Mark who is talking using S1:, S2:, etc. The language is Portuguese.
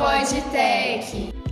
S1: Podtech.